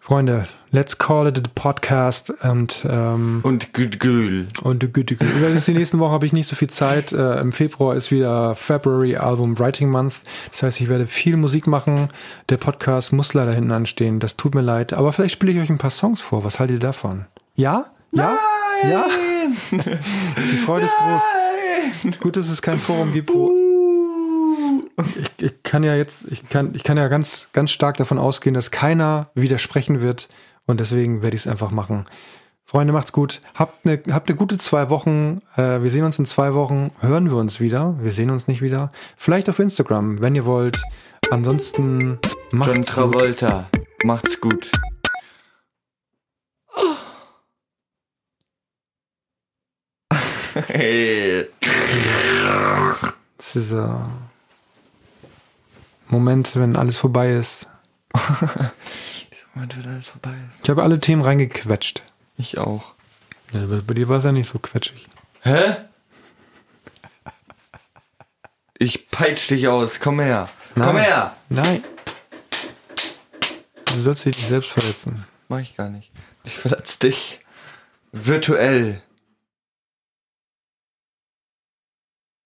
Freunde, let's call it a podcast and ähm,
Und Güdgül.
Und du Güte, Güte. Übrigens, die nächsten Wochen habe ich nicht so viel Zeit. Äh, Im Februar ist wieder February Album Writing Month. Das heißt, ich werde viel Musik machen. Der Podcast muss leider hinten anstehen. Das tut mir leid. Aber vielleicht spiele ich euch ein paar Songs vor. Was haltet ihr davon? Ja? Ja? Ja? [laughs] Die Freude ist groß. Gut, dass es kein Forum gibt, wo ich, ich kann ja jetzt, ich kann, ich kann ja ganz, ganz stark davon ausgehen, dass keiner widersprechen wird und deswegen werde ich es einfach machen. Freunde, macht's gut. Habt eine habt eine gute zwei Wochen. Äh, wir sehen uns in zwei Wochen. Hören wir uns wieder. Wir sehen uns nicht wieder. Vielleicht auf Instagram, wenn ihr wollt. Ansonsten
John
macht's gut.
Travolta. Macht's [laughs] gut. Hey.
Es ist dieser Moment, wenn alles vorbei ist.
Moment, wenn alles vorbei ist.
Ich habe alle Themen reingequetscht.
Ich auch.
Ja, bei- Bei dir war es ja nicht so quetschig.
Hä? Ich peitsch dich aus. Komm her. Komm
Nein.
her.
Nein. Du sollst dich nicht selbst verletzen.
Mach ich gar nicht. Ich verletz dich. Virtuell.